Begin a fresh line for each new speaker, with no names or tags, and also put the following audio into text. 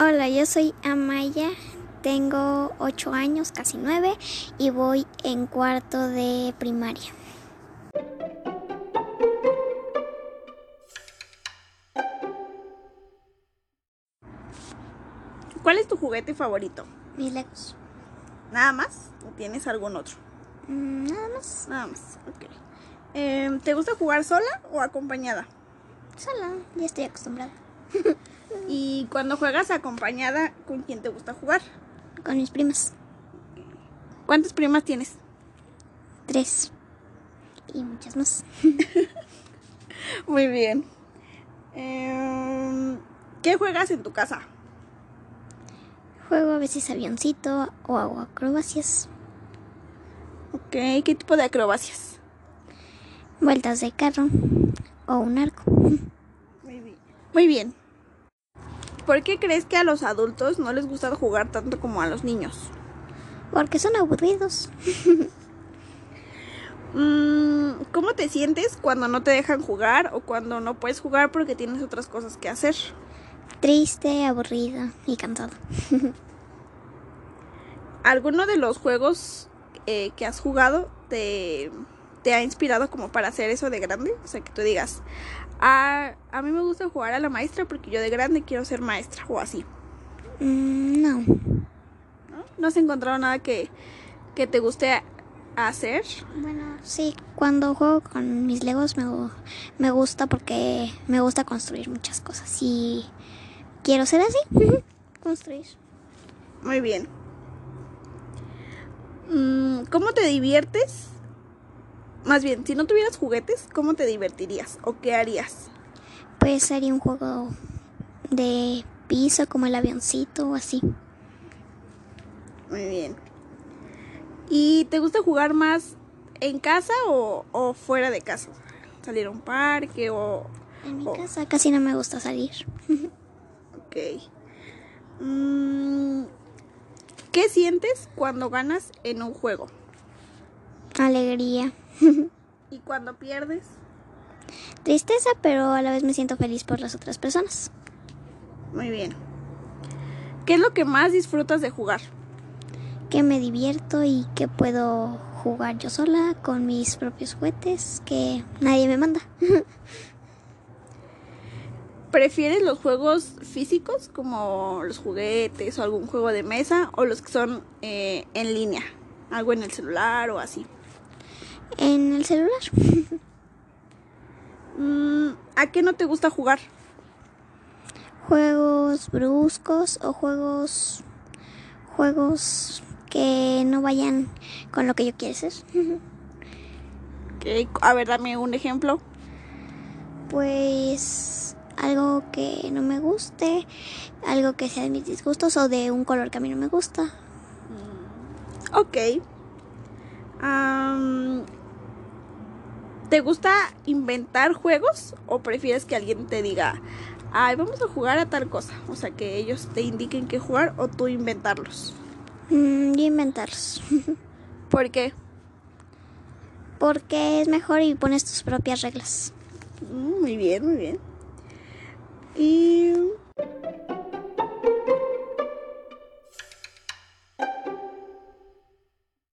Hola, yo soy Amaya, tengo 8 años, casi 9, y voy en cuarto de primaria.
¿Cuál es tu juguete favorito?
Mis legos.
¿Nada más? ¿O tienes algún otro?
Mm, Nada más.
Nada más, ok. Em, ¿Te gusta jugar sola o acompañada?
Sola, ya estoy acostumbrada.
Y cuando juegas acompañada, ¿con quién te gusta jugar?
Con mis primas.
¿Cuántas primas tienes?
Tres. Y muchas más.
Muy bien. Em, ¿Qué juegas en tu casa?
Juego a veces avioncito o hago acrobacias.
Ok, ¿qué tipo de acrobacias?
Vueltas de carro o un arco.
Muy bien. Muy bien. ¿Por qué crees que a los adultos no les gusta jugar tanto como a los niños?
Porque son aburridos.
Mm, ¿Cómo te sientes cuando no te dejan jugar o cuando no puedes jugar porque tienes otras cosas que hacer?
Triste, aburrida y cansado.
¿Alguno de los juegos eh, que has jugado te, te ha inspirado como para hacer eso de grande? O sea, que tú digas, "Ah, a mí me gusta jugar a la maestra porque yo de grande quiero ser maestra o así.
Mm, no.
¿No, ¿No has encontrado nada que, que te guste hacer?
Bueno, sí, cuando juego con mis Legos me, gu- me gusta porque me gusta construir muchas cosas y quiero ser así, construir.
Muy bien. Mm, ¿Cómo te diviertes? Más bien, si no tuvieras juguetes, ¿cómo te divertirías o qué harías?
Pues haría un juego de piso como el avioncito o así.
Muy bien. ¿Y te gusta jugar más en casa o, o fuera de casa? Salir a un parque o...
En mi
Oh.
casa casi no me gusta salir.
Ok. Mm, ¿Qué sientes cuando ganas en un juego?
Alegría,
¿Y cuando pierdes?
tristeza, pero a la vez me siento feliz por las otras personas.
Muy bien. ¿Qué es lo que más disfrutas de jugar?
Que me divierto y que puedo jugar yo sola con mis propios juguetes que nadie me manda.
¿Prefieres los juegos físicos como los juguetes o algún juego de mesa o los que son eh, en línea? Algo en el celular o así.
En el celular.
Mm, ¿A qué no te gusta jugar?
juegos bruscos o juegos juegos que no vayan con lo que yo quiero ser.
¿Qué- A ver, dame un ejemplo.
Pues algo que no me guste, algo que sea de mis disgustos o de un color que a mí no me gusta.
Ok. Am, ¿Te gusta inventar juegos o prefieres que alguien te diga, ay, vamos a jugar a tal cosa? O sea, que ellos te indiquen qué jugar o tú inventarlos.
Mm, yo inventarlos.
¿Por qué?
Porque es mejor y
Pues,
pones tus propias reglas.
Mm, Muy bien, muy bien. Y